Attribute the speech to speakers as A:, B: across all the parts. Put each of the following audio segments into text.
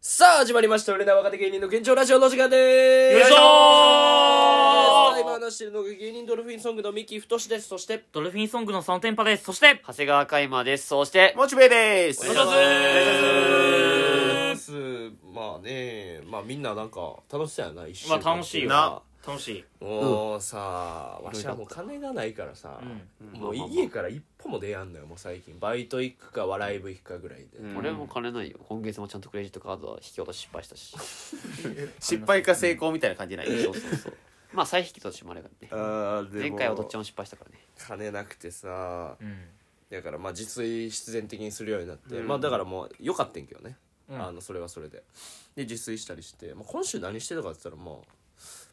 A: さあ、始まりました。売れない若手芸人の現状ラジオの時間でーす。
B: よいしょ
A: さ
B: ー
A: あ今話しているのが芸人ドルフィンソングの三木太志です。そして、
B: ドルフィンソングのそのテンパです。そして、
C: 長谷川海馬です。そして、
D: モチベです
B: お願いしますお願いし
A: まあね、まあみんななんか楽しそうやな、一
B: ま
A: 瞬。
B: あ楽しい
D: な
B: よ。楽しい。
A: もうさ、わしはもう金がないからさ、もう家から一歩も出やんのよ、もう最近。バイト行くか、笑い部行くかぐらいで。
C: 俺も金ないよ。今月もちゃんとクレジットカードは引き落とし失敗したし。
D: 失敗か成功みたいな感じない
C: そうそうそう。まあ再引き落としもあれがね。
A: あー
C: 前回はどっちも失敗したからね。
A: 金なくてさ、
B: うん。
A: だからまあ実炊必然的にするようになって、
B: うん
A: まあだからもう良かったんけどね、
B: うん
A: あのそれはそれでで自炊したりして、まあ、今週何してたかって言ったらまあ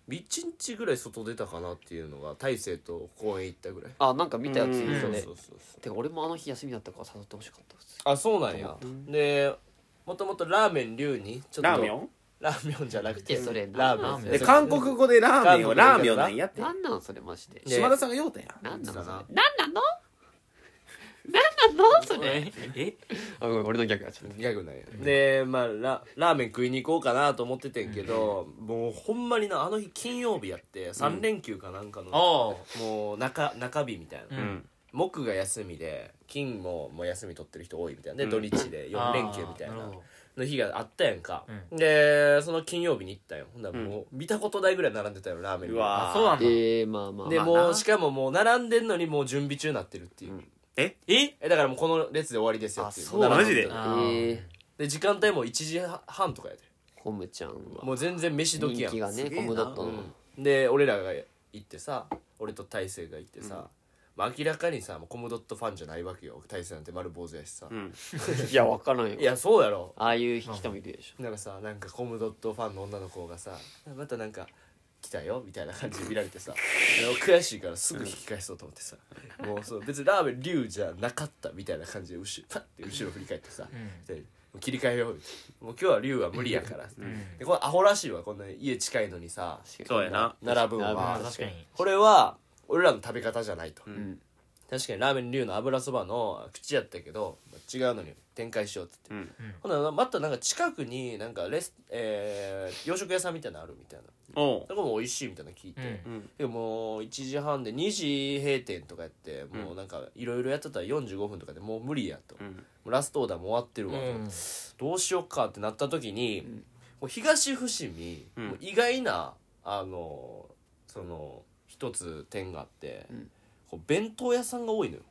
A: 1日ぐらい外出たかなっていうのが大勢と公園行ったぐらい
C: あ、なんか見たや
D: う
C: つ
D: ん
C: いい
A: そ
C: よ
A: う
C: ね
A: そう。そうそう
C: てか俺もあの日休みだったから誘ってほしかった。普通
A: あそうなんやでもともとラーメン龍にちょっと
D: ラーメンを
A: ラーメンじゃなくて
C: いやそれ
A: ラー
C: ラー
A: メ
C: メ
A: ン
D: で
C: ン
D: 韓国語でラーメンをラーメンを何やって
C: になんなんそれマジ
A: ね
C: で。
D: 島田さんが言うたやん
C: なんなのそ
A: な
C: れ。なん
A: ん
C: なのなんなのそれ。
B: え
C: あ、ごめん、俺の逆がちょっ
A: ギャグなんや、でまあララーメン食いに行こうかなと思っててんけど、もうほんまになあの日金曜日やって3連休かなんかの、
B: あ
A: もう中中日みたいな、
B: うん
A: 木が休みで金ももう休み取ってる人多いみたいなで、
D: うん
A: 土日で
B: あ
A: 4連休みたいな
B: るほど
A: の日があったやんか、でその金曜日に行ったよほんならもう見たことないぐらい並んでたよラーメン
D: う
A: に
D: わ
B: あ、そうなん
C: と。
B: だ。
C: ええ、まあまあ。
A: で
C: まあ
A: も
C: な
A: うしかももう並んでんのにもう準備中になってるっていう、
C: ん
D: え
B: え
A: えだからもうこの列で終わりですよっていう
C: あそうなん
D: だ
A: 並んん
D: マジで
B: あー
C: ええ、
A: で時間帯も1時半とかやで
C: コムちゃんは。
A: もう全然飯時
C: 人
A: やん
C: 気がね、
D: げえな
C: コムだったの。
A: うんで俺らが行ってさ俺と大勢が行ってさ、まあ、明らかにさもうコムドットファンじゃないわけよ大勢なんて丸坊主やしさ、
D: うん
C: いや、わからんよ
A: い。やそうやろ
C: ああいう人もいるでし
A: なんかさなんかコムドットファンの女の子がさまたなんか来たよみたいな感じで見られてさでも悔しいからすぐ引き返そうと思ってさ、もうそう別にラーメン龍じゃなかったみたいな感じで後ろパッて後ろ振り返ってさ、でもう切り替えようみたいなもう今日は龍は無理やから、でこれアホらしいわこんな家近いのにさ
C: ょ。
D: そうやな
A: 並ぶんは
B: あー確かに。
A: これは俺らの食べ方じゃないと、
D: ん
A: 確かにラーメン龍の油そばの口やったけど違うのに展開しようって
D: う
A: 言っ
D: ん
A: て、ほんならまたなんか近くになんかレス、えー洋食屋さんみたいなのあるみたいな
D: おう
A: そこも美味しいみたいなの聞いて、
B: うん
D: うん
A: でもう1時半で2時閉店とかやってもうなんかいろいろやってたら45分とかでもう無理やと、
D: ん
A: もうラストオーダーも終わってるわと、
B: うん。
A: どうしよっかってなった時に、もう東伏見、もう意外なあのその一つ点があって、こう弁当屋さんが多いのよ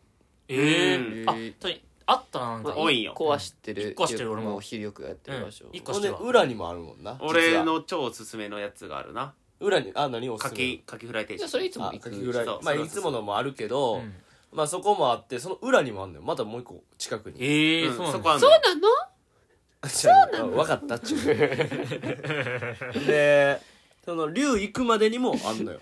B: ええ。
D: う
B: あ、とにあったな、なん
C: まあ
B: か。
D: 多いんよ
C: 一個は知ってる。
B: 一個は知ってる俺も
C: お昼よくやってる場所
B: うん。一個
A: ほんで
B: 知ってるわ
A: 裏にもあるもんな
D: 俺
A: 実は
D: の超おすすめのやつがあるな
A: 裏にあ何おす
D: か
A: すめ
D: きかきフライ定
C: いや
D: 食
C: それいつも
A: あ
C: 行
A: か
C: く
A: きフライ
D: そう
A: まあ
D: そうそう
A: いつものもあるけど、
B: うん
A: まあそこもあってその裏にもあるのよまたもう一個近くに
B: え
D: う
B: え、
D: ん
B: そうな
D: そ
B: ん
D: こ
B: だ。
D: あん
C: そ
D: の
C: うな の
A: そうなの分かったっ ちゅうでその龍行くまでにもあ んのよ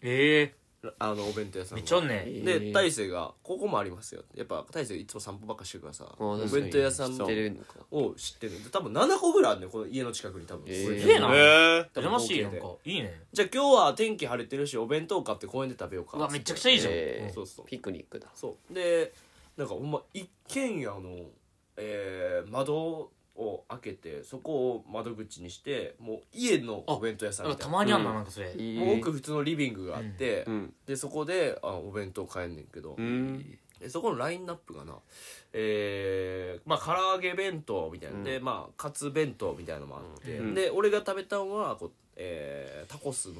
B: ええ。
A: あのお弁当屋さんが
B: めっちゃおんね。
C: え
A: で
C: ー
A: 大勢が「ここもありますよ」ってやっぱ大勢いつも散歩ばっかしてるからさお
C: 確かに
A: 弁当屋さん
C: 知
A: の
C: ってるのか
A: を知ってるで多分7個ぐらいあるねこの家の近くに多分、
C: えー
A: これ
B: すげえな
D: へえ
A: 多
B: 羨
A: 分
B: ましい、
A: 合
B: なん
A: 計で
B: か。いいね。
A: じゃあ今日は天気晴れてるしお弁当買って公園で食べようか
B: うわ、めちゃくちゃいいじゃん。
C: え
A: そうそう
C: ピクニックだ
A: そうでなんかほんま一軒家の、えー窓を開けてそこを窓口にしてもう家のお弁当屋さん
B: な
A: み
B: んか
A: た
B: た
A: いな
B: まにあんな、なんかそれ。
C: いい
A: もう奥普通のリビングがあって、
D: うん
A: でそこであお弁当買えんねんけど、
D: うん
A: でそこのラインナップがなえー、まあ唐揚げ弁当みたいな、でまあカツ弁当みたいなのもあって、
D: うん
A: で俺が食べたのはこう、えータコスの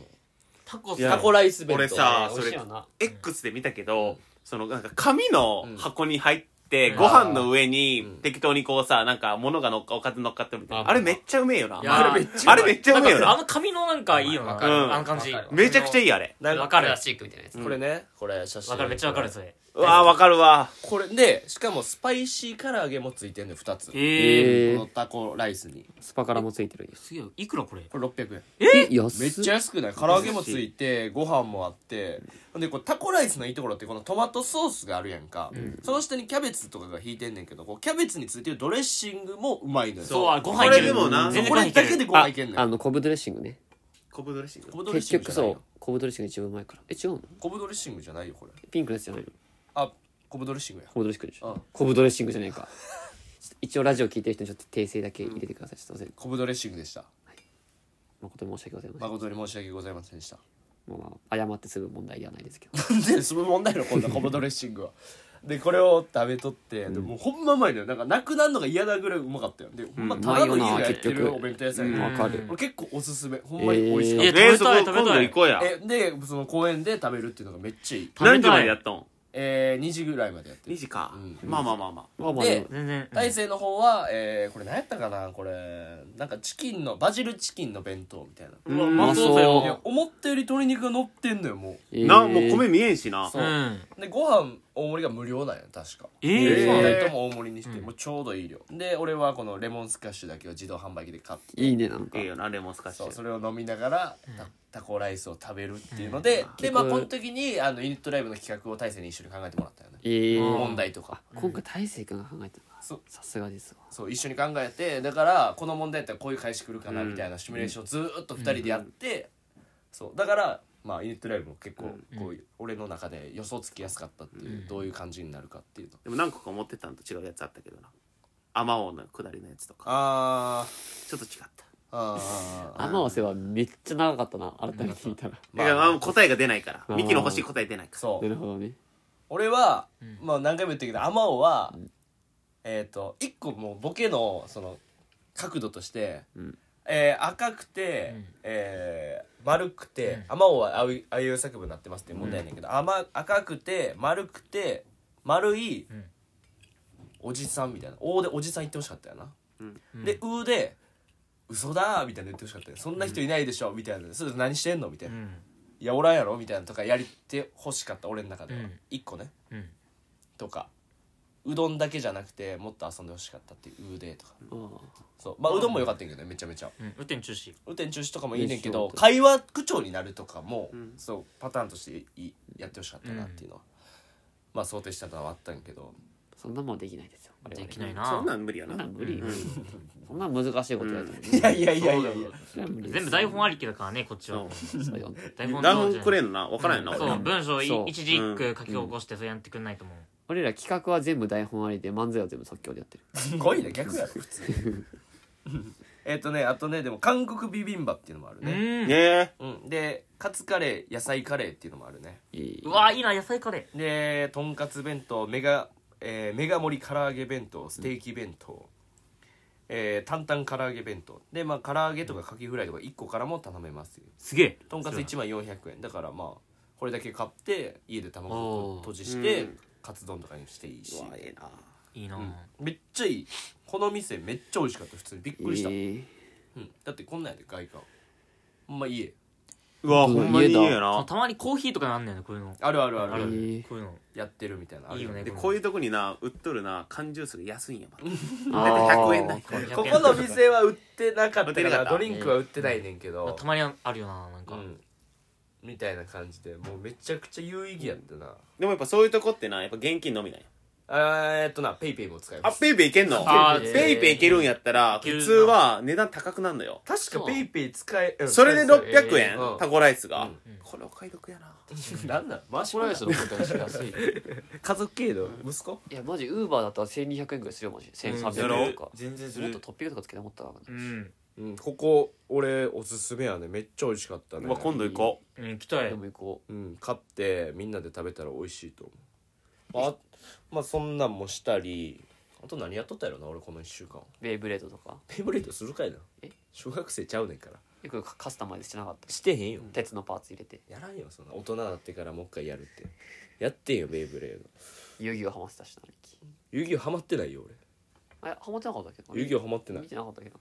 B: タコス。
D: いや
A: タコライス弁当
D: 俺さそ
C: 美味しい
D: れ
C: よな
D: X で見たけどそのなんか紙の箱に入って
B: うん
D: ご飯の上に
A: ん
D: 適当にこうさなんか物が乗っかおかず乗っかってるみたい
C: あ
D: なあれめっちゃうめえよない
B: や
D: あれめっちゃあれめっちゃうめえよ
B: あ
D: な
B: の紙のなんかいいよな、
C: わ
D: かる
B: あの感じ
C: わか。る
D: めちゃくちゃいいあれ
A: なん
B: わかる
C: プラスチックみたいなやつ
A: これねこれ写真
B: わかる、めっちゃわかる、それ。
D: うわわかるわ
A: これでしかもスパイシー唐揚げもついてんのよ2つこ
B: ええ。
A: のタコライスに
C: スパカラもついてるんです
B: げえ、いくらこれ
A: これ600円
C: え安
A: めっちゃ安くない唐揚げもついてご飯もあってほんでこうタコライスのいいところってこのトマトソースがあるやんか、その下にキャベツとかが引いてんねんけどこうキャベツについてるドレッシングもうまいのよ
B: そうあご飯
D: これでも
B: う
D: な
A: そう
D: ん
B: 全然
A: これだけでご飯いけんね
C: あ
A: ん
C: のコブドレッシングね
D: 昆布ドレッシング
A: コブドレッ
C: 結
A: シング
C: 局
A: じゃない
C: そ
A: よ
C: うコブドレッシング一番前からえ違うの
A: コブドレッシングじゃないよこれ
C: ピンクのやつじゃないの
A: あコブドレッシングや
C: コブドレッシングでし
A: うん
C: ょコブドレッシングじゃねえか一応ラジオ聞いてる人にちょっと訂正だけ入れてください。ちょっとすいま
A: 昆布ドレッシングでした
C: せん。誠に申し訳ございません。
A: 誠に申し訳ございませんでした
C: まあ、謝ってすぐ問題ではないですけど。
A: でその問題のこんなコブドレッシングは でこれを食べとって、でもうほんまうまいのよなんかなくなるのが嫌なぐらいうまかったよでほんま
C: うん
A: ただの
C: うま
A: 家
C: いよな
A: がやって
C: 結
A: る
C: 局
A: お弁当屋さんや
B: うん
A: ね
C: わかる。
A: 俺結構おすすめほんまに美味し
C: え
A: か
B: い
A: った、
B: や食
D: 冷蔵庫
B: べたい食べたい
D: 今度行こうや
A: えでその公園で食べるっていうのがめっちゃいい
B: 食べたい
D: 何時までやったん
A: えー、2時ぐらいまでやって
D: 2
A: る
D: 時か
A: うん
D: まあまあまあま
C: まあまあ、
A: で
B: 全然
A: 大勢の方は、えー、これ何やったかなこれなんかチキンのバジルチキンの弁当みたいな
B: うわう
D: ま
B: まそうだ
C: う
A: で
B: よ
A: 思ったより鶏肉が乗ってんのよも
D: あ
C: えー
D: なもう米見えんしな
A: そううんうでご飯大盛りが無料なんよ確か
B: え
A: で
B: ー
A: 二
B: え
A: 人とも大盛りにして、
B: うん
A: もうちょうどいい量で俺はこのレモンスカッシュだけを自動販売機で買って
C: いいね、なんか。
D: いいよなレモンスカッシ
A: そうそ
D: ュ
A: れを飲みながらたタコライスを食べるっていうので、でまあこの時にあのユニットライブの企画を大勢に一緒に考えてもらったよね
C: えー
B: うん
A: 問題とか
C: 今回大成君が考えてた
A: そう
C: さすがですわ
A: そう一緒に考えてだからこの問題やったらこういう返し来るかなみたいなシミュレーションをずーっと2人でやって、そうだからまあユニットライブも結構こう、いう俺の中で予想つきやすかったっていう、どういう感じになるかっていうの
D: でも何個か持ってたのと違うやつあったけどなアマオの下りのやつとか
A: あ
D: ちょっと違った
A: ああ
C: 雨合わせはめっちゃ長かったな改めて見たら
D: だからあ答えが出ないか
C: う
D: ら
C: ん
D: ミキの欲しい答え出ないから
A: そう
C: なるほどね
A: 俺は、
B: ん
A: まあ何回も言ったけどアマオは、えっ、と一個もうボケのその角度として、
C: うん
A: えー赤くて、
B: うん
A: えー丸くて、アマオはあいうあいうえお作文になってますっていう問題やねんけど、甘赤くて丸くて丸い、
B: うん
A: おじさんみたいな「お」でおじさん言ってほしかったよな、
B: うん
A: で「う」で「嘘だ」みたいなの言ってほしかったよそんな人いないでしょみたいな「それ何してんの?」みたいうな「
B: ん
A: いやおらんやろ?」みたいなのとかやりてほしかった俺の中では、
B: うん
A: 一個ね
B: うん
A: とかうどんだけじゃなくてもっと遊んでほしかったっていううでとか
C: あー
A: そうまあうどんも良かったんやけどねめちゃめちゃ
B: うん雨天中止
A: 雨天中止とかもいいねんけ
C: いい
A: ど
C: 仕事
A: 会話口調になるとかも、
D: ん
A: そうパターンとしていやってほしかったなっていうのは、まあ想定したのはあったんやけど
C: そんなもんできないですよ我
B: で
C: 々
B: きない
D: そ
B: なん
D: なん無理や
C: そんな
D: なん
C: 無理よそんな難しいことやと思う
A: いやいやい やいやいや
C: それは無理です
B: 全部台本ありきだからねこっちは
C: そうよ
B: 台本
D: 台本くれんのな分からんよな
B: そう
D: 俺
B: 文章い
C: そう
B: 一字一句書き起こしてそれやってくんないと思う
C: 俺ら企画は全部台本ありで漫才は全部即興でやってる
A: すごいね逆やろ普通 えっとねあとねでも韓国ビビンバっていうのもある
B: う
A: ね、
B: ん
D: ねえ
A: うん、でカツカレー野菜カレーっていうのもあるね
C: いいう
B: わいいな野菜カレ
A: でとんかつ弁当メガ、えーメガ盛り唐揚げ弁当ステーキ弁当、えー担々唐揚げ弁当でまあ唐揚げとかカキフライとか1個からも頼めますよ
B: ーすげえ
A: とんかつ1枚400円だからまあこれだけ買って家で卵
C: おー
A: をとじして
D: うん
A: カツ丼とかにしていいし
D: うわええない
B: いな
A: めっちゃいいこの店めっちゃ美味しかった普通にびっくりした、
C: えー
A: うん、だってこんなんやで外観ほんま家
D: うわ
C: うん
D: ほんまにいい
C: 家だ
D: や
B: そう
D: な
B: たまにコーヒーとかなんねんねこういうの
A: あるあるある
B: あ
A: あ
B: る
A: る
C: えー
B: こういうの
A: やってるみたいなのある
B: いいよね
A: で
D: でこういうとこにな売っとるな缶ジュースが安いんやまた
C: あー
D: 100円だ
A: ここの店は売ってなかったか
D: 売ってなからった
A: ドリンクは売ってないねんけど、
B: たまにあるよななん
A: う
B: か
A: ん、みたいな感じでもうめちゃくちゃ有意義やったな、
D: でもやっぱそういうとこってなやっぱ現金のみなんや
A: えーっとなペイペイも使えま
D: あ
A: す
D: ペイペイいけんの
B: あー
D: ペイペイいけるんやったら
B: いけ
D: 普
B: るな
D: 通は値段高くなるのよ
A: 確かペイペイ使え、うん
D: それで
A: 使え
D: 600円、
A: うん
D: タコライスが、
A: うん
D: これお買い得やな
A: そうなんなんマシュマロやし
C: のことにしやすい
A: 家族経営の息子
C: いやマジウーバーだったら1200円ぐらいするよマジ
D: や
C: 1300
D: ろ
C: 円とか
E: 全然す
C: もっ
E: る
C: とトッピングとかつけてもったらわかん
B: う
C: ないし
B: ん
A: うんここ俺おすすめやねめっちゃ美味しかったね
D: うわ今度行こ
B: うん行きたい
C: でも行こ
A: うん買ってみんなで食べたら美味しいと思うあまあそんなんもしたりあと何やっとったやろな俺この1週間
C: うベイブレードとか
A: ペイブレードするかいな
C: え
A: 小学生ちゃうねんから
C: よくカスタマイズしてなかった
A: してへんよ
C: 鉄のパーツ入れて
A: やらんよそんな大人になってからもう一回やるってやってんよベイブレード
C: 遊戯をはませたしな
A: 遊戯王ハマってないよ
C: あれハマってなかったっけ
A: 俺遊戯王ハマってない
C: 見てなかったっけど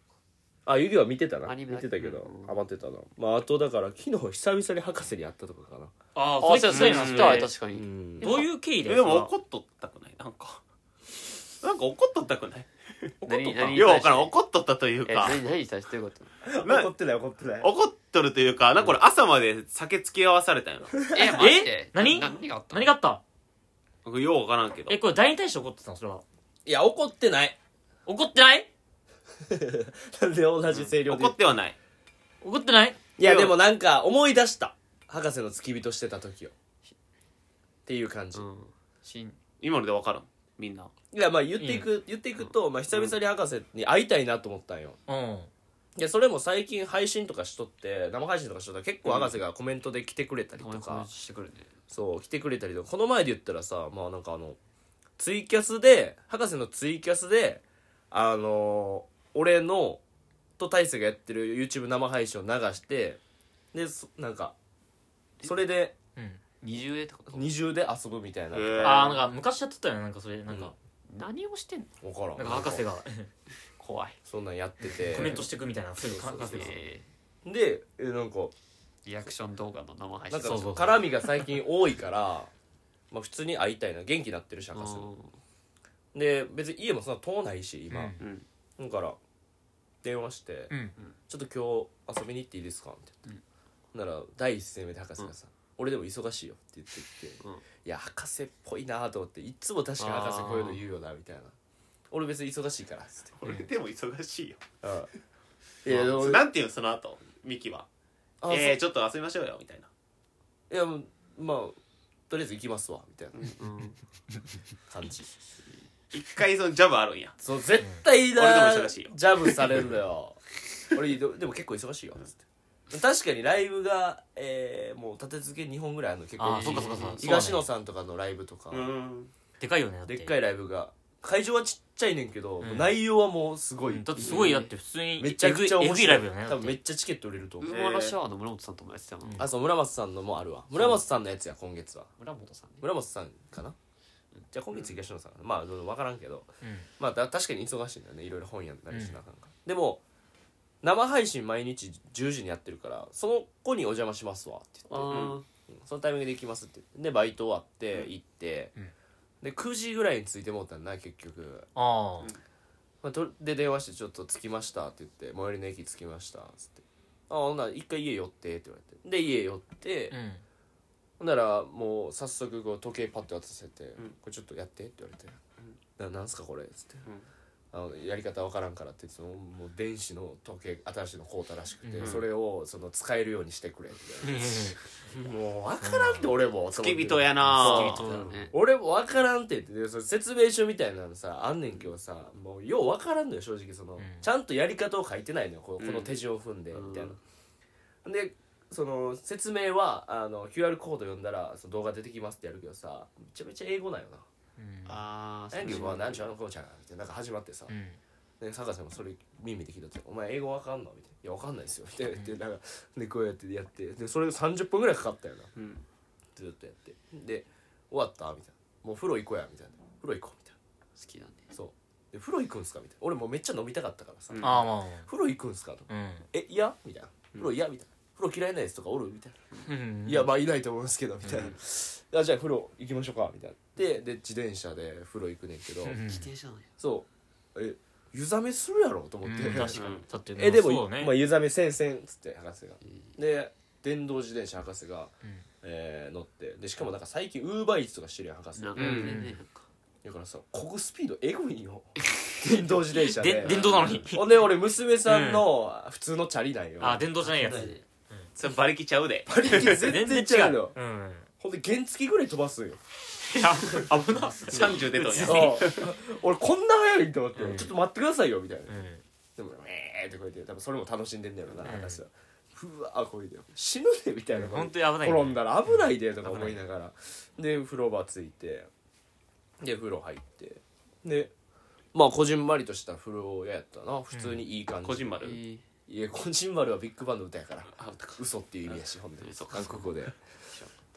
A: あ遊戯王は見てたな
C: アニ
A: 見
C: メだ
A: てたけど
C: うん
A: ハマってたなまああとだから昨日久々に博士に会ったとかかな
B: あ
C: あ
B: あ
C: そう
B: そ
C: そうう
B: な
C: そ
B: ん
C: う
B: だ
C: 確か
A: う
C: に
A: ん
B: どういう経緯
D: う
B: で
D: えでも怒っとったくないなんかなんか怒っとった くない怒っと
C: 何
D: った
C: 何
D: ようわからん怒っとったという
C: え
D: か
C: 何何に対してどういうこと
D: な
A: って ない怒ってない
D: 怒っとるというかなんかこれ朝まで酒付き合わされたんやな
C: え
B: 待って何
C: 何があった
B: 何があった
D: 僕ようわからんけど
B: えこれ誰に対して怒ってたのそれはい
A: や怒ってない
B: 怒ってない
A: なんで同じ声量で
D: 怒ってはない
B: 怒ってない
A: いやでもなんか思い出した博士の付き人してた時をっていう感じ
C: しん
D: 今のでわかるんみんな。
A: いやまあ言っていく、言っていくと、まあ、久々に博士に会いたいなと思ったんよ
B: うん
A: でそれも最近配信とかしとって生配信とかしとったら結構博士がコメントで来てくれたり
C: た
A: と
C: まにコメン
A: か
C: ト、してくるね
A: そう来てくれたりとかこの前で言ったらさまあなんかあのツイキャスで博士のツイキャスであのー俺のと大勢がやってる YouTube 生配信を流してでそなんかそれで
B: うん
C: 二重でってこと
A: 二重で遊ぶみたいな、
D: へ
A: わ
D: え
B: ああなんか昔やってたよねなんかそれなんか、
C: 何をしてんの
A: からん
B: なんか博士が
C: 怖い
A: そんなんやってて
B: コメントしてくみたいなそういう
A: そうそう
B: 博士が
C: え
A: でえなんか
C: ーリアクション動画の生配
A: な
C: 信
A: んか
B: そうそうそう
A: 絡みが最近多いからまあ普通に会いたいな元気になってるし博士もで別に家もそんな遠ないし今、
B: うん
D: うん。
A: だから電話して、
B: うん
A: ちょっと今日遊びに行っていいですか?」って言って、ほんなら第一声目で博士がさ「俺でも忙しいよ」って言ってきて、
C: うん
A: いや博士っぽいなと思っていつも確かに博士こういうの言うよなみたいな「俺別に忙しいから」っつって
D: 俺でも忙しいよ。
A: 「うん、いやでも
D: なん ていうのその後、ミキは。
A: あそう
D: えー、ちょっと遊びましょうよ、みたいな。
A: いやもうまあとりあえず行きますわ」みたいな
C: うん
A: 感じ
D: 一回そのジャブあるんや。
A: そう絶対な、
D: 俺でも忙しいよ
A: ジャブされるのよ 俺ででも結構忙しいよっつって確かにライブが、えー、もう立て続け2本ぐらいあるの結構
B: あーそっかそっかそっか
A: 東野さんとかのライブとか、
D: うん。
B: でかいよねだって
A: でっかいライブが会場はちっちゃいねんけど、
B: うん
A: 内容はもうすごい、
B: だってすごいだって普通に
A: めちゃくちゃ
B: え
A: 面
B: ぐい
A: 白い
B: ライブよねだ
A: 多
B: っ
A: 分
B: て
A: めっちゃチケット売れると思う、
D: うん
C: ウーマンラッシュアワーの村本さんともやってたもん
B: うん
A: あそう村松さんのもあるわ村松さんのやつや今月は
C: 村本さんね
A: 村松さんかなじゃあ今月東野さんかなまあ分からんけど
B: うん
A: まあだ確かに忙しいんだよねいろいろ本やったりしなあかんから、でも生配信毎日10時にやってるからその子にお邪魔しますわって言って
C: あー
A: そのタイミングで行きますって言ってでバイト終わって行って、
B: うん
A: で9時ぐらいに着いてもうたんだ結局
B: ああ
A: まあ、とで電話して「ちょっと着きました」って言って「最寄りの駅着きました」っつって「あほんなら一回家寄って」って言われてで家寄って、
B: うん
A: ほんならもう早速こう時計パッと渡せて「
D: ん
A: これちょっとやって」って言われて「ななんすかこれ」っつって、
D: ん
A: あの「やり方わからんから」って言ってそのもう電子の時計新しいの買うたらしくて、
B: うん
A: それをその使えるようにしてくれって言われて、もうわからんって俺も
D: 付き人や
A: そ
D: な
A: う
D: ぁ
B: 付き人だよね
A: 俺も分からんって言ってでその説明書みたいなのさあんねんけどさもうよう分からんのよ正直その、
B: ん
A: ちゃんとやり方を書いてないのよこ
D: う
A: の
D: ん
A: この手順を踏んで、みたいなでその説明はあの QR コード読んだらその動画出てきますってやるけどさめちゃめちゃ英語なんよな
B: うん
C: あ
A: 「
C: ー
A: 何
C: そう
A: 今は何ちゃうのこうちゃうのみたいななんか始まってさ、
B: うん
A: で坂さんもそれ耳で聞いたって「お前英語わかんの?」みたいな「いやわかんないですよ」みたいな言ってなんかでこうやってやってでそれ30分ぐらいかかったよな
D: うん。
A: ずっとやってで終わったみたいなもう風呂行こうやみたいな風呂行こうみたい
C: 好きだね
A: なそうで風呂行くんすかみたいな俺もうめっちゃ飲みたかったからさ、
D: うん
B: ああまあま
A: 風呂行くんすかとか
B: あうん
A: えいやみたいな風呂嫌みたいな風呂嫌いなやつとかおるみたいな、
B: うん
A: いやまあいないと思うんですけどみたいな、 あじゃあ風呂行きましょうかみたいなでで自転車で風呂行くねんけど
B: うん
C: 規定じゃない
A: そうえ湯冷めするやろと思って、
B: うん確かにだって
A: えで
B: そ
A: も、
B: うね
A: まあ、湯冷めせんせんっつって博士が、で電動自転車博士が、えー乗ってでしかもなんか最近ウーバーイーツとかしてるやん博士
C: なんか
D: う
C: ね
D: ん
C: なんか
A: だからさこぐスピードエグいよ電動自転車で
B: で電動なのに
A: ほんで俺娘さんの普通のチャリなんよ、
B: あ電動じゃないやつ
C: ないね
D: それ馬力ちゃうで。
A: 馬力全然違うのよ
B: うん
A: ほんで原付ぐらい飛ばすん よ
B: いや危な
D: 30出とんや。
A: そう俺こんな速いと思って、
B: うん
A: ちょっと待ってくださいよみたいな、
B: うん
A: でも「えー」ってこうやって多分それも楽しんでんだよな
B: うん
A: 私は、ふわーこういう死ぬでみたいな、
B: 本当に危ないね
A: 転んだら危ないでとか思いながらで風呂場ついてで風呂入ってでまあこじんまりとした風呂屋やったな普通にいい感じ、
D: こじんま
C: え
D: る。
C: ー
A: いやこじんまるはビッグバンドの歌やから
D: あ、歌か。
A: 嘘っていう意味やしほんで
D: そうか
A: 韓国語で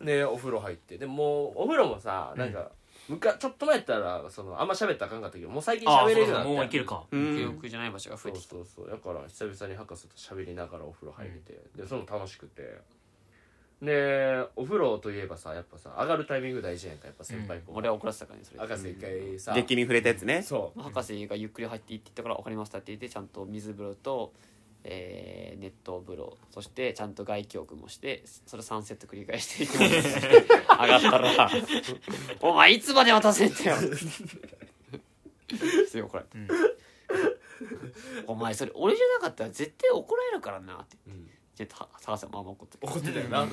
A: でお風呂入ってでもうお風呂もさなんか、むかちょっと前やったらそのあんま喋ったらあかんかったけどもう最近
B: あ
A: 喋
B: あ
A: れ
B: そ
A: るよう
B: う
A: にな
B: だ
A: ったやん
B: もういけるか
D: う
C: 記
D: ん。
C: 憶じゃない場所が増
A: そ
C: え
A: う
C: てきた
A: そうそうだから久々に博士と喋りながらお風呂入れて、でそれも楽しくてでお風呂といえばさやっぱさ上がるタイミング大事やんかやっぱ先輩後輩、
C: 俺は怒らせたからねそれ
A: 博士一回さ、
D: デッキに触れたやつね。
A: そ
C: 博士がゆっくり入っていいって言ったから分かりましたって言ってちゃんと水風呂と、えー、熱湯風呂そしてちゃんと外気浴もしてそれ3セット繰り返していきます上がっ たら「お前いつまで渡せんだよ」すごい怒られた、
B: うん
C: お前それ俺じゃなかったら絶対怒られるからな」って
A: う、うん
C: じゃあ博士はまあまあ怒って
A: 怒ってたよな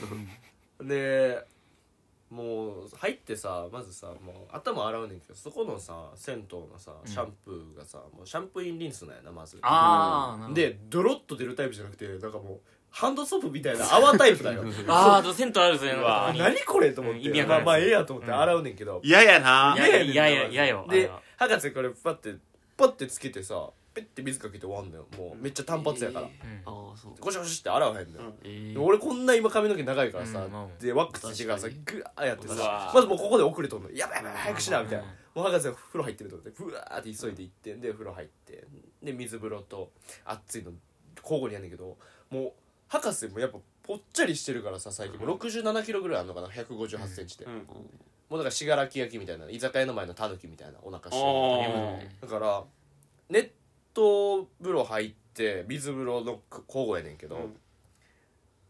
A: でもう入ってさまずさもう頭洗うねんけどそこのさ銭湯のさシャンプーがさ、もうシャンプーインリンスなんやなまず
B: ああ、なるほど、
A: でドロッと出るタイプじゃなくてなんかもうハンドソープみたいな泡タイプだ よ
B: ああ、銭湯あるぜ、
A: う
B: な
A: わ
B: んか。
A: 何これと思っ
B: うん意味
A: て
B: わ
A: ま
B: から
A: あ
B: ん
A: まあええやと思って
B: うん
A: 洗うねんけど、
D: 嫌やな
B: 嫌やいやいやいやよ
A: で
B: あ
A: 博士これパッてパッてつけてさペッて水かけて終わんのよもうめっちゃ単発やから、
B: うん
C: ああそう
A: ゴシゴシって洗わへんのよ、
D: うん
C: えー
A: でも俺こんな今髪の毛長いからさ、
B: うんまあ
A: でワックスしてからさグワーやって
D: うわ
A: さ
D: ー
A: まずもうここで遅れとんのやばいやばい早くしなみたいな
B: うん
A: もう博士が風呂入ってると思ってふわーって急いで行ってで風呂入ってで水風呂と熱いの交互にやんねんけどもう博士もやっぱぽっちゃりしてるからさ最近もう6 7キロぐらいあるのかな1 5 8センチで、
D: うん
A: もうだから信楽焼きみたいな居酒屋の前のタヌキみたいなお腹してる
D: おー
A: だから熱湯風呂入って水風呂の交互やねんけど、
D: うん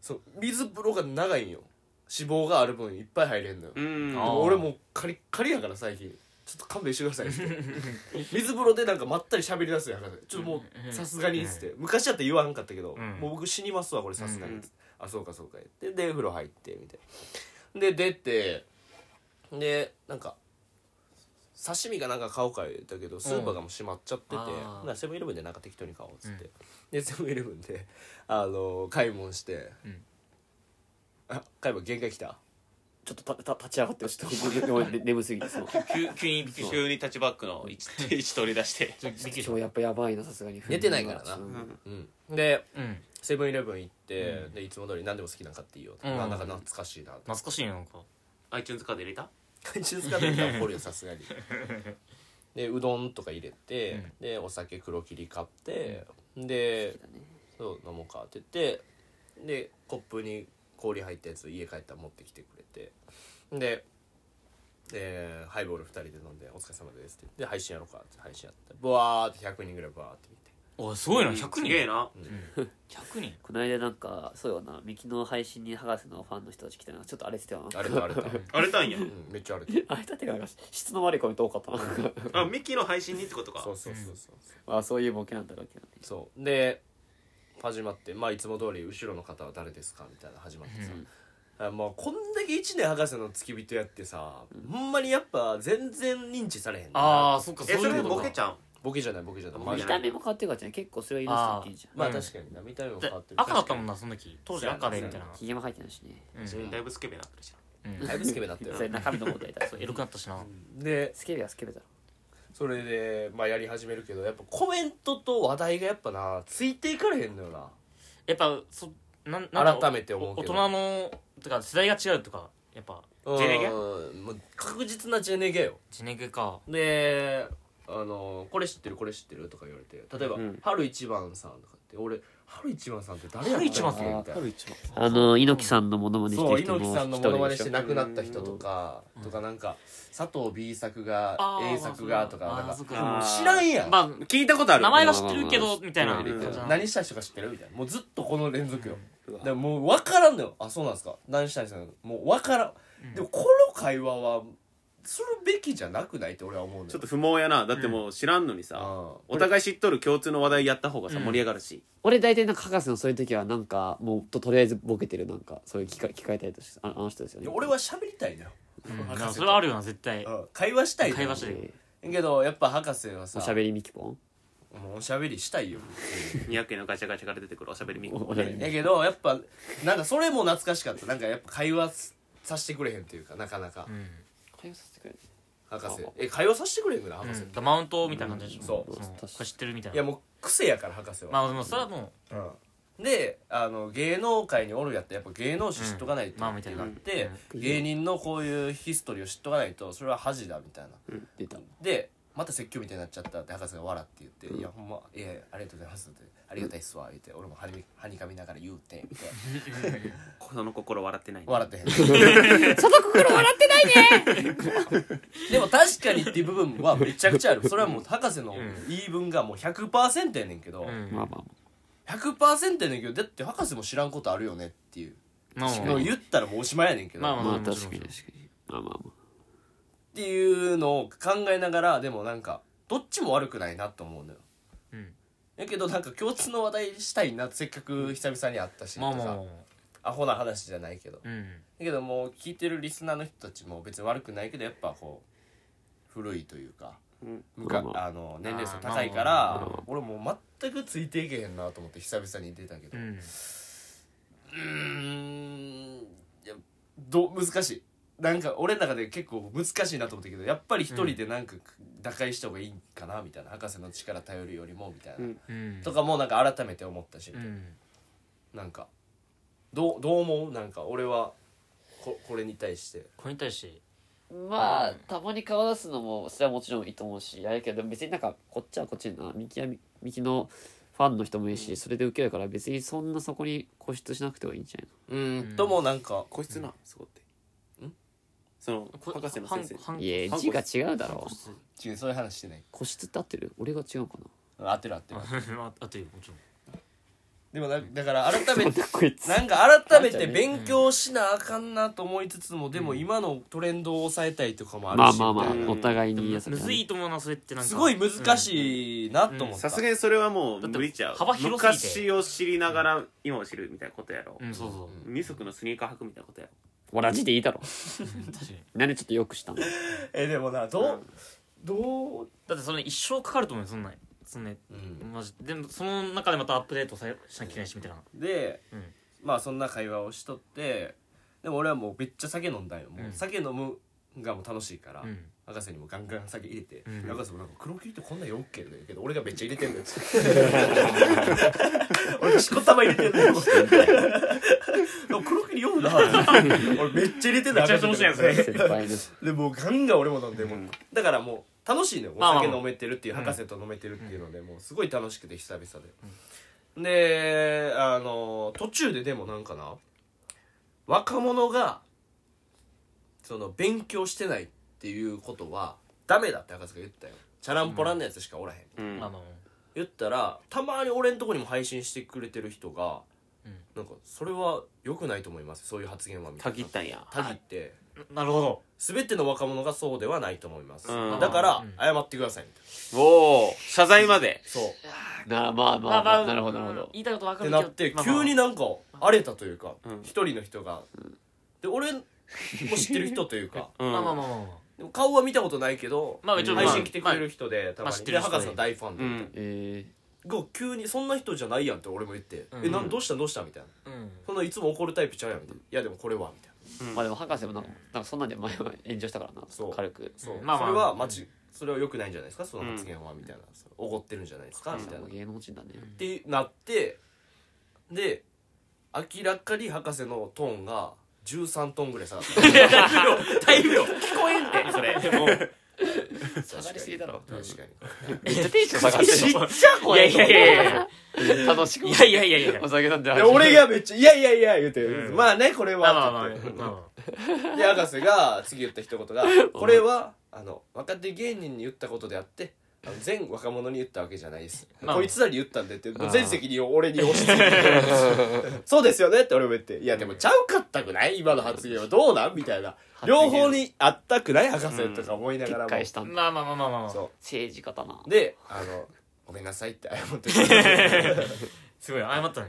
A: そう水風呂が長いんよ脂肪がある分いっぱい入れんのよ、
D: う
A: で
D: ん
B: あー
A: も俺もうカリッカリやから最近ちょっと勘弁してくださいって水風呂でなんかまったり喋りだすやん博士ちょっとも
B: う
A: うんさすがにっつって、昔だって言わんかったけど、
B: うん
A: もう僕死にますわこれさすがに、
D: うん
A: あそうかそうか言ってで風呂入ってみたいなで出てでなんか刺身かなんか買おうか言ったけどスーパーがもう閉まっちゃってて、
B: あー
A: ほなセブンイレブンでなんか適当に買おうっつって、でセブンイレブンであの買い物して、
B: うん
A: あ買い物限界来た
C: ちょっとたた立ち上がってちょっとごめ んね眠すぎてその
D: 急急に急にタッチバックの位置位置取り出して
B: ちょっとびっくりし
C: 今日やっぱやばいなさすがに
A: 寝てないからな
C: うん
A: うんで
B: た。うん。
A: セブンイレブン行って、
B: うん
A: でいつも通り何でも好きなんかっていいよって、
B: うん
A: あなんか懐かしいなって
B: 懐かしいな、なんか。
D: iTunes カード入れた
A: 感じですかねたら怒るよさすがにでうどんとか入れて、
B: うん
A: でお酒黒霧買って、でそう飲もうかって言ってでコップに氷入ったやつ家帰ったら持ってきてくれてで、えーハイボール2人で飲んで「お疲れ様です」って言ってで配信やろうかって配信やってブワーって100人ぐらいバーって見て
B: おい、すごいな、
D: うん
B: 100
D: すげえ
B: 人。
D: な
B: 100人。
C: この間なんかそうよなミキの配信に博士のファンの人たち来たのがちょっと荒れてたよな
A: 荒れた荒れた、う
D: あれたんや
A: ん、めっちゃ荒れた
C: あれだってなんか質の悪いコメント多かった な
D: あミキの配信にってことか
A: そうそうそうそう
C: まあそういうボケなんだろうけどね
A: そうで始まってまあいつも通り後ろの方は誰ですかみたいな始まってさ、あまあこんだけ1年博士の付き人やってさ、ほんまにやっぱ全然認知されへんねんな
B: ああ、そっか、そ
D: え
B: う
D: そ
B: い
D: れ
B: うこと
D: ボ
B: か
D: ケちゃん
A: ボケじゃないボケじゃないマ
C: 見
A: ジ
C: た
A: で
C: 目も変わってるからじゃない結構それは言い出したっていいじゃん
A: まあ確かにな見た目も変わってる
B: 赤だったもんな、その時。当時赤で、
A: そう
B: み
A: や
B: たい
A: な
B: な。
C: ひげも生えてないしね
B: うん
D: 確かにだいぶスケベなってるじゃ
B: うん
A: だいぶスケベだったよ
C: それ中身の問題だ
B: そうエロくなったしな。
A: で
C: スケベはスケベだろ
A: それでまあやり始めるけどやっぱコメントと話題がやっぱなついていかれへんのよな
B: やっぱ、そ、なん、なんか
A: 改めて思うけど
B: お大人の、てか、世代が違うとか、やっぱ、
A: うん
D: ジェネゲ
A: もう確実なジェネゲよ
B: ジェネグか。
A: であの「これ知ってるこれ知ってる」とか言われて例えば
C: うん
A: 「春一番さん」とかって俺「春一番さんって誰や
B: 春一番
A: っ
B: さ
A: け?」
B: ん
A: みたいな
D: 一番
C: あの猪木さんのモノマネして
A: そう
C: る人
A: 猪木さんのモノマネして
C: な
A: 亡くなった人とかとかなんか佐藤 B 作が
B: あー
A: A 作がとか
B: あー
A: なん
B: そっ
A: か
B: か
A: もう知らんやん
B: ま
D: 聞いたことあ
B: あ、
D: る
B: 名前は知ってるけど、みたいな。
C: うん
B: うん
A: 何した人か知ってるみたいなもうずっとこの連続よでももう分からんのよあそうなんですか何したいですかもう分からんでもこの会話はするべきじゃなくないって俺は思うのよ
D: ちょっと不毛やなだってもう知らんのにさ
A: うん
D: お互い知っとる共通の話題やった方がさ盛り上がるし
C: 俺大体なんか博士のそういう時はなんかもうととりあえずボケてるなんかそういう機会機械たりとしてああの人ですよ
A: い
C: ね
A: や俺は喋りたいのよ
B: うん
A: 博士
B: なんかそれはあるよな、絶対。
A: うん会話したいのよ
B: 会話して
C: え
B: る。
C: ー
A: けどやっぱ博士はさ
C: おしゃべりミキポン
A: もうおしゃべりしたいよ
D: 200円のガチャガチャから出てくるおしゃべりミキ
C: おおしゃべりミ
A: や
C: キ
A: けどやっぱなんかそれも懐かしかったなんかやっぱ会話させてくれへんっていうかなかなか
B: うん。
C: 会話させてくれる
A: 博士え会話させてくれへんぐらい博士
B: うん、マウントみたいな感じでしょ、
A: うんん
C: そう
B: これ知ってるみたい
A: い
B: な
A: やもう癖やから博士
B: ま
A: は
B: あでもそれはも
A: うんであの芸能界におるやったらやっぱ芸能史知っとかないと
B: うん
A: っていうのがあって
B: まあみ
A: 芸人のこういうヒストリーを知っとかないとそれは恥だみたいな
C: 出た
A: でまた説教みたいになっちゃったって博士が笑って言って「いやほんまいやいやありがとうございます」って「ありがたいっすわ」言って俺もはにはにかみながら言うてみたいな
D: その心笑ってない
A: 笑ってへんその心笑 ってないね でも確かにっていう部分はめちゃくちゃあるそれはもう博士の言い分がもう100%やねんけど、
B: う、うん
C: まあまあ
A: 100%やねんけどだって博士も知らんことあるよねっていう
B: まあまあ
A: のを言ったらもうおしまいやねんけど、
B: まあまあ
C: まあ
B: もちろん
C: 確かに確かにまあまあま
A: っていうのを考えながらでもなんかどっちも悪くないなと思うのよ
B: うん
A: やけどなんか共通の話題したいなせっかく久々に会ったし
B: まあまあ
A: さ
B: まあ
A: アホな話じゃないけどだ
B: うん
A: けどもう聞いてるリスナーの人たちも別に悪くないけどやっぱこう古いというか
D: うん
A: むか
C: まあま
A: あの年齢層高いから俺もう全くついていけへんなと思って久々に出たけど
B: う
A: うんーんいやどう難しいなんか俺の中で結構難しいなと思ったけどやっぱり一人でなんか打開した方がいいんかなみたいな博士の力頼るよりもみたいな、
D: うん
B: うん
A: とかもなんか改めて思ったしみた
B: う
A: いな。
B: ん
A: なんかどうどう思うなんか俺はここれに対して
B: これに対して
C: まあたまに顔出すのもそれはもちろんいいと思うしやるけどでも別になんかこっちはこっちでな右は右のファンの人もいいしそれで受けるから別にそんなそこに固執しなくてはいいんじゃないの
A: うん、
B: ん
A: ともなんか
D: こいつなすごって
A: ん
D: その
B: こ
D: 博士の先生
B: ハンハン
C: いえ
D: 反
C: 字
D: 骨
C: が違うだろう
A: 違うそういう話してない
C: 個室って合ってる俺が違うかな
A: 合ってる合ってる
B: ああとよもちろん
A: でもなだから改めて
C: こいつ
A: なんか改めて勉強しなあかんなと思いつつも、でも今のトレンドを抑えたいとかもある
C: まあ
A: し
C: まあま
A: みたい
C: あ
A: な
C: お互い
B: でも
C: に優
B: む
C: し
B: ずいと思うなそれってなんか
A: すごい難
B: い
A: しいなと思った、
D: さすがにそれはもう無理ちゃう
B: だって幅広すぎ
D: 昔を知りながら今を知るみたいなことやろ
B: うんそうそう
D: 二足のスニーカー履くみたいなことやろ
C: 同じでいいだろ
B: 確かに
C: なんでちょっとよくしたの
A: えでもなどう、
D: うん
A: どう、
B: だってそれ一生かかると思うよそんなんそんな
A: うん、
B: マジでもその中でまたアップデートされしなきゃいけないしみたいな
A: で
B: うん
A: まあそんな会話をしとってでも俺はもうめっちゃ酒飲んだんよもう
B: うん
A: 酒飲むがもう楽しいから、
B: うん
A: 博士にもガンガン酒入れて、
B: うん
A: 博士もなんか黒切りってこんなんよっけだけど俺がめっちゃ入れてん のよ俺しこたま入れてんのよでも黒切り 酔うな俺めっちゃ入れてんの
B: めちゃめちゃ面白いやつ
A: 博士
C: 先輩です
A: でもうガンガン俺も飲んでもう、
D: うん
A: だからもう楽しいのよお
B: まあまあ
A: 酒飲めてるっていう、
B: うん
A: 博士と飲めてるっていうのでもうすごい楽しくて久々で、であの途中ででもなんかな若者がその勉強してないっていうことはダメだって博士が言ったよチャランポランのやつしかおらへん、
D: うん
B: まあまあ
A: 言ったらたまに俺んとこにも配信してくれてる人が、
B: うん
A: なんかそれは良くないと思いますそういう発言はみた
D: た
A: い
D: ぎ
A: な
D: ったんや
A: たぎって
B: ななるほど
A: 全ての若者がそうではないと思います、
D: うん
A: だから
B: うん
A: 謝ってくださいみたいな
D: おお謝罪まで
A: そう
C: なあまあまあ、まあ、なるほどなるほど
B: 言いたいこと分
A: って
B: かる
A: なって急になんか荒れたというか
D: うん
A: 一、人の人がで俺も知ってる人というか
D: うん
B: まあまあまあまあまあ
A: でも顔は見たことないけど、
B: まあ一応
A: 配信来てくれる人で、たま
B: まあ知
A: に
B: って
A: で
B: る人で
A: 博士の大ファンで、
D: うん
C: え
A: が急に「そんな人じゃないやん」って俺も言って「
B: うん
A: えなんどうしたんどうした?」みたいな
B: まあうん
A: 「そんないつも怒るタイプちゃうやん」みたいな「いやでもこれは」みたいな
C: ー、まあでも博士もなんかなんかそんなんで前は炎上したからな
A: そう
C: 軽く
A: そう、
B: まあまあ
A: それは間ちそれは良くないんじゃないですかその発言は、みたいなそう怒ってるんじゃないですか
C: あ
A: みたいな
C: 芸能人だね
A: ってなってで明らかに博士のトーンが13トンぐらい下がった
B: 大量
D: 聞こえんてそれもう
C: 下がりすぎだろ
A: 確かに
C: めっちゃテンション下がってる
B: いやいやいやいや
C: 楽しく
B: いやいやいやい や
C: お酒飲んで
A: で俺がめっちゃ「いやいやいや」言うて、
B: うん
A: まあねこれ
B: まあま
A: は
B: あまあ
A: って言って
B: まあま
A: で博士が次言った一言 が「これはあの若手芸人に言ったことであってあの全若者に言ったわけじゃないです、
B: まあ
A: こいつらに言ったんで」ってもう全責任を俺に押して 「そうですよね」って俺も言って「いやでもちゃうかったくない今の発言はどうなん?」みたいな両方にあったくない博士とか思いながらも、
C: 撤回した
B: あ
C: んだ
B: まあまあまあまあまあまあ
A: そ
C: 政治家だな
A: うであの「ごめんなさい」って謝ってくれて
B: すごい謝ったね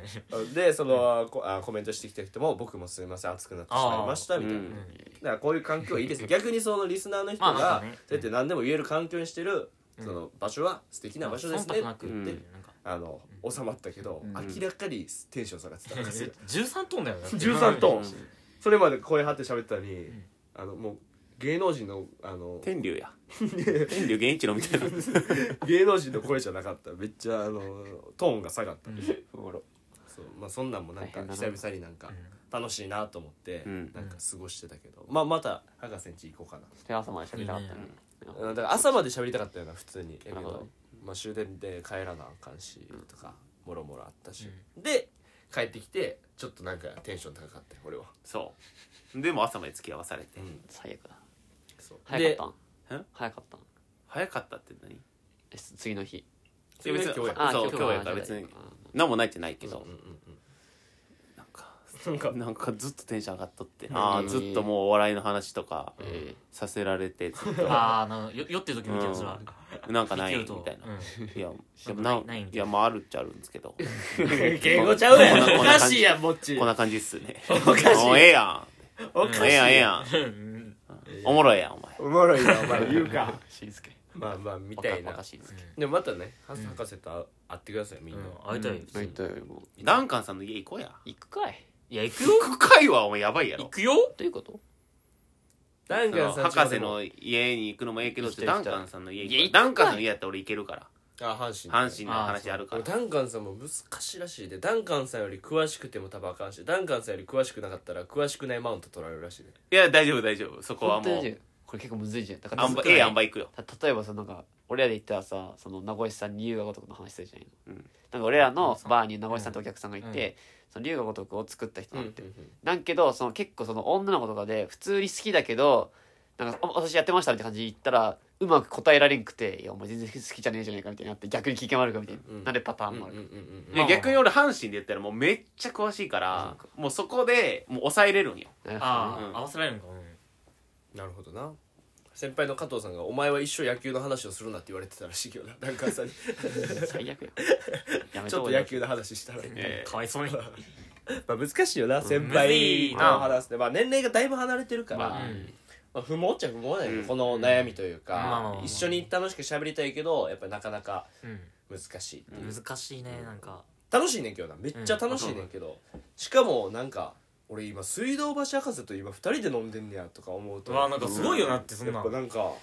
A: でそのこあコメントしてきた人も「僕もすいません熱くなってしまいました」みたいな、
D: あー
A: だからこういう環境はいい です逆にそのリスナーの人
B: まあまあそ
A: が
B: うね
A: そうやって何でも言える環境にしてる
B: ん
A: その場所は素敵な場所ですね
B: 忖度な
A: って
B: く
A: 言
B: っ
A: ってて、
B: いうなんか
A: あの収まったけど、
C: うん
A: 明らかにテンション下がってた、博士
B: 13トンだよだって
A: 13トン
D: うん
A: それまで声張って喋ってたのに、あのもう芸能人のあの
D: 天竜や天竜源一郎み たいな
A: 芸能人の声じゃなかっためっちゃあのトーンが下がった、
B: うん
A: そうまあ、そんなんもなんか
C: 大
A: 久
C: 変だな
A: 々になんか
B: うん
A: 楽しいなと思って、
D: うん
A: なんか過ごしてたけど、まあ、また博士ん家行こうかな
C: 手朝まで喋りたかったね
A: うんだから朝まで喋りたかったよな普通にやけ
C: なるほど
A: ど、まあ、終電で帰らなあかんしとかもろもろあったし、で帰ってきてちょっとなんかテンション高かったよ俺は、
D: そうでも朝まで付き合わされて
C: 最悪だ
A: そう
C: 早かった
D: で
C: ん早かったん
D: 早かったって何
C: え次の日
A: で別に今日や
D: あそう
C: 今日
D: 今日やから別に何もないってないけ
A: そう
D: ど
A: うんうんうん
D: なんか
A: なんか
D: なんかずっとテンション上がっとってあーずっともうお笑いの話とか
C: え
D: させられてずっ
B: ああなるほどよ酔ってる時見てるそれは
D: となんかない
B: 酔
D: み
B: ってると
D: たいな
B: う
D: い
B: ん
D: やでも
B: な
D: ない
B: ないみたいない
D: やまああるっちゃあるんですけど
A: 敬語ちゃうや
D: こんなこ
A: ん
D: ん
A: お
D: な感じ
A: かしいやんぼっち
D: こんな感じっすね
A: おかしい
D: もうええや
A: お
D: ん
A: か
D: え
A: しい
D: えやんええや
B: うん
D: んおもろいやんお前
A: おもろいなお前言うか
C: しずけ
A: まあまあみたいな
C: 若しずけ
A: でもまたねハス博士と会う会ってくださいみん
B: う
A: なん
B: 会いたい普通に
C: もう
D: ダンカンさんの家行こうや
C: 行くかい
B: いや行くよ
D: 行くかいわお前やばいや
B: 行
D: ろ
B: くよ
C: どういうこと
A: ダン
D: そ
A: カ
D: の
A: ンさんちま
D: 博
A: で
D: 士
A: も
D: の家に行くのもええけど
C: 行きたい
D: ダンカンさんの家
C: いや
D: 行く
C: 行く
D: ダンカンさんの家やったら俺行けるから
A: あ阪神
D: 阪神の話あるから
A: ダンカンさんも難しいらしいでダンカンさんより詳しくても多分あかんしダンカンさんより詳しくなかったら詳しくないマウント取られるらしいで
D: いや大丈夫大丈夫そこは
C: 本当
D: も
C: に
D: う
C: これ結構むずいじゃんだか
D: あ
C: ら
D: んば
C: た
D: ええやんば行くよ
C: 例えばさなんか俺らで言ったらさその名越さんに龍が如くの話するじゃん、
D: うん
C: なんか俺らのバーに名越さんとお客さんがいて、その龍が如くを作った人なんて、なんけどその結構その女の子とかで普通に好きだけどなんかあ私やってましたみたいな感じで言ったらうまく答えられんくて「いやお前全然好きじゃねえじゃねえか」みたいになって逆に聞き回るかみたいな、
A: うん
C: なんでパター
A: うん
C: ン
A: うんう
C: もあ
A: ん
C: る
A: う
C: か、
A: ん
D: で逆に俺阪神で言ったらもうめっちゃ詳しいからもうそこでもう抑えれるんよ
C: なるほどね
B: あ
D: うん
B: あ合わせられるのかうん
A: なるほどな先輩の加藤さんが「お前は一生野球の話をするな」って言われてたらしいけどなダンカンさんにち
C: 最悪や
A: ょっ
C: やめた方
A: と
C: がい
A: 野
C: い
A: 球の話したらね
D: ええ
B: かわいそうに
A: まあ難しいよな先
B: むず
A: 輩
B: い
A: と
B: な
A: 話すねまあ年齢がだいぶ離れてるから、
C: まあ
B: うん
A: まあ、不毛っちゃ不毛だよ、
D: うん
A: この悩みという
B: まあまあまあ
A: か
B: ま、あ
A: 一緒に楽しく喋りたいけどやっぱなかなか
B: うん
A: 難しいっていう、
B: 難しいねなんか
A: 楽しいねんけどなめっちゃ楽しいねんけど、しかもなんか俺今水道橋博士と今2人で飲んでんねやとか思うと
B: うわなんかすごいよなってそん
A: や
B: な
A: っぱ
B: ん
A: なんか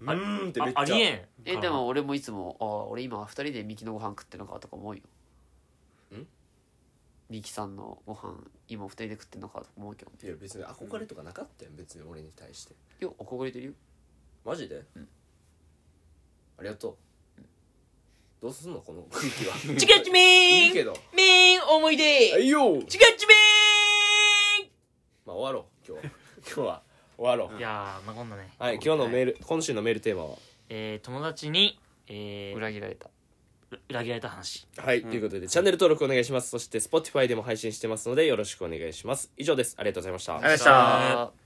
A: う
B: あ
A: ーんってめっちゃ
B: あありえん
C: えでも俺もいつも「ああ俺今二人でミキのご飯食ってるのか」とか思うよ
A: ん
C: ミキさんのご飯今二人で食ってるのかとか思うけど
A: いや別に憧れとかなかったよ別に俺に対して
C: いや憧れてるよ
A: マジで、ありがとう、どうすんのこの空気は
B: チカチ
A: い
B: メ
A: い
B: ー
A: け
B: ン
A: ど
B: メーン思い
A: は
B: 出
A: いよ
B: チカチメ
A: まあ終わろう今日は今日は終わろ
B: ー
A: う、
B: ンいやーまあこんなね
A: はい今日のメール、今週のメールテーマは
B: えー友達にえー
C: 裏切られた
B: 裏切られた話
A: はい、ということでチャンネル登録お願いしますそして Spotify でも配信してますのでよろしくお願いします以上ですありがとうございました
D: ありがとうございました
C: あー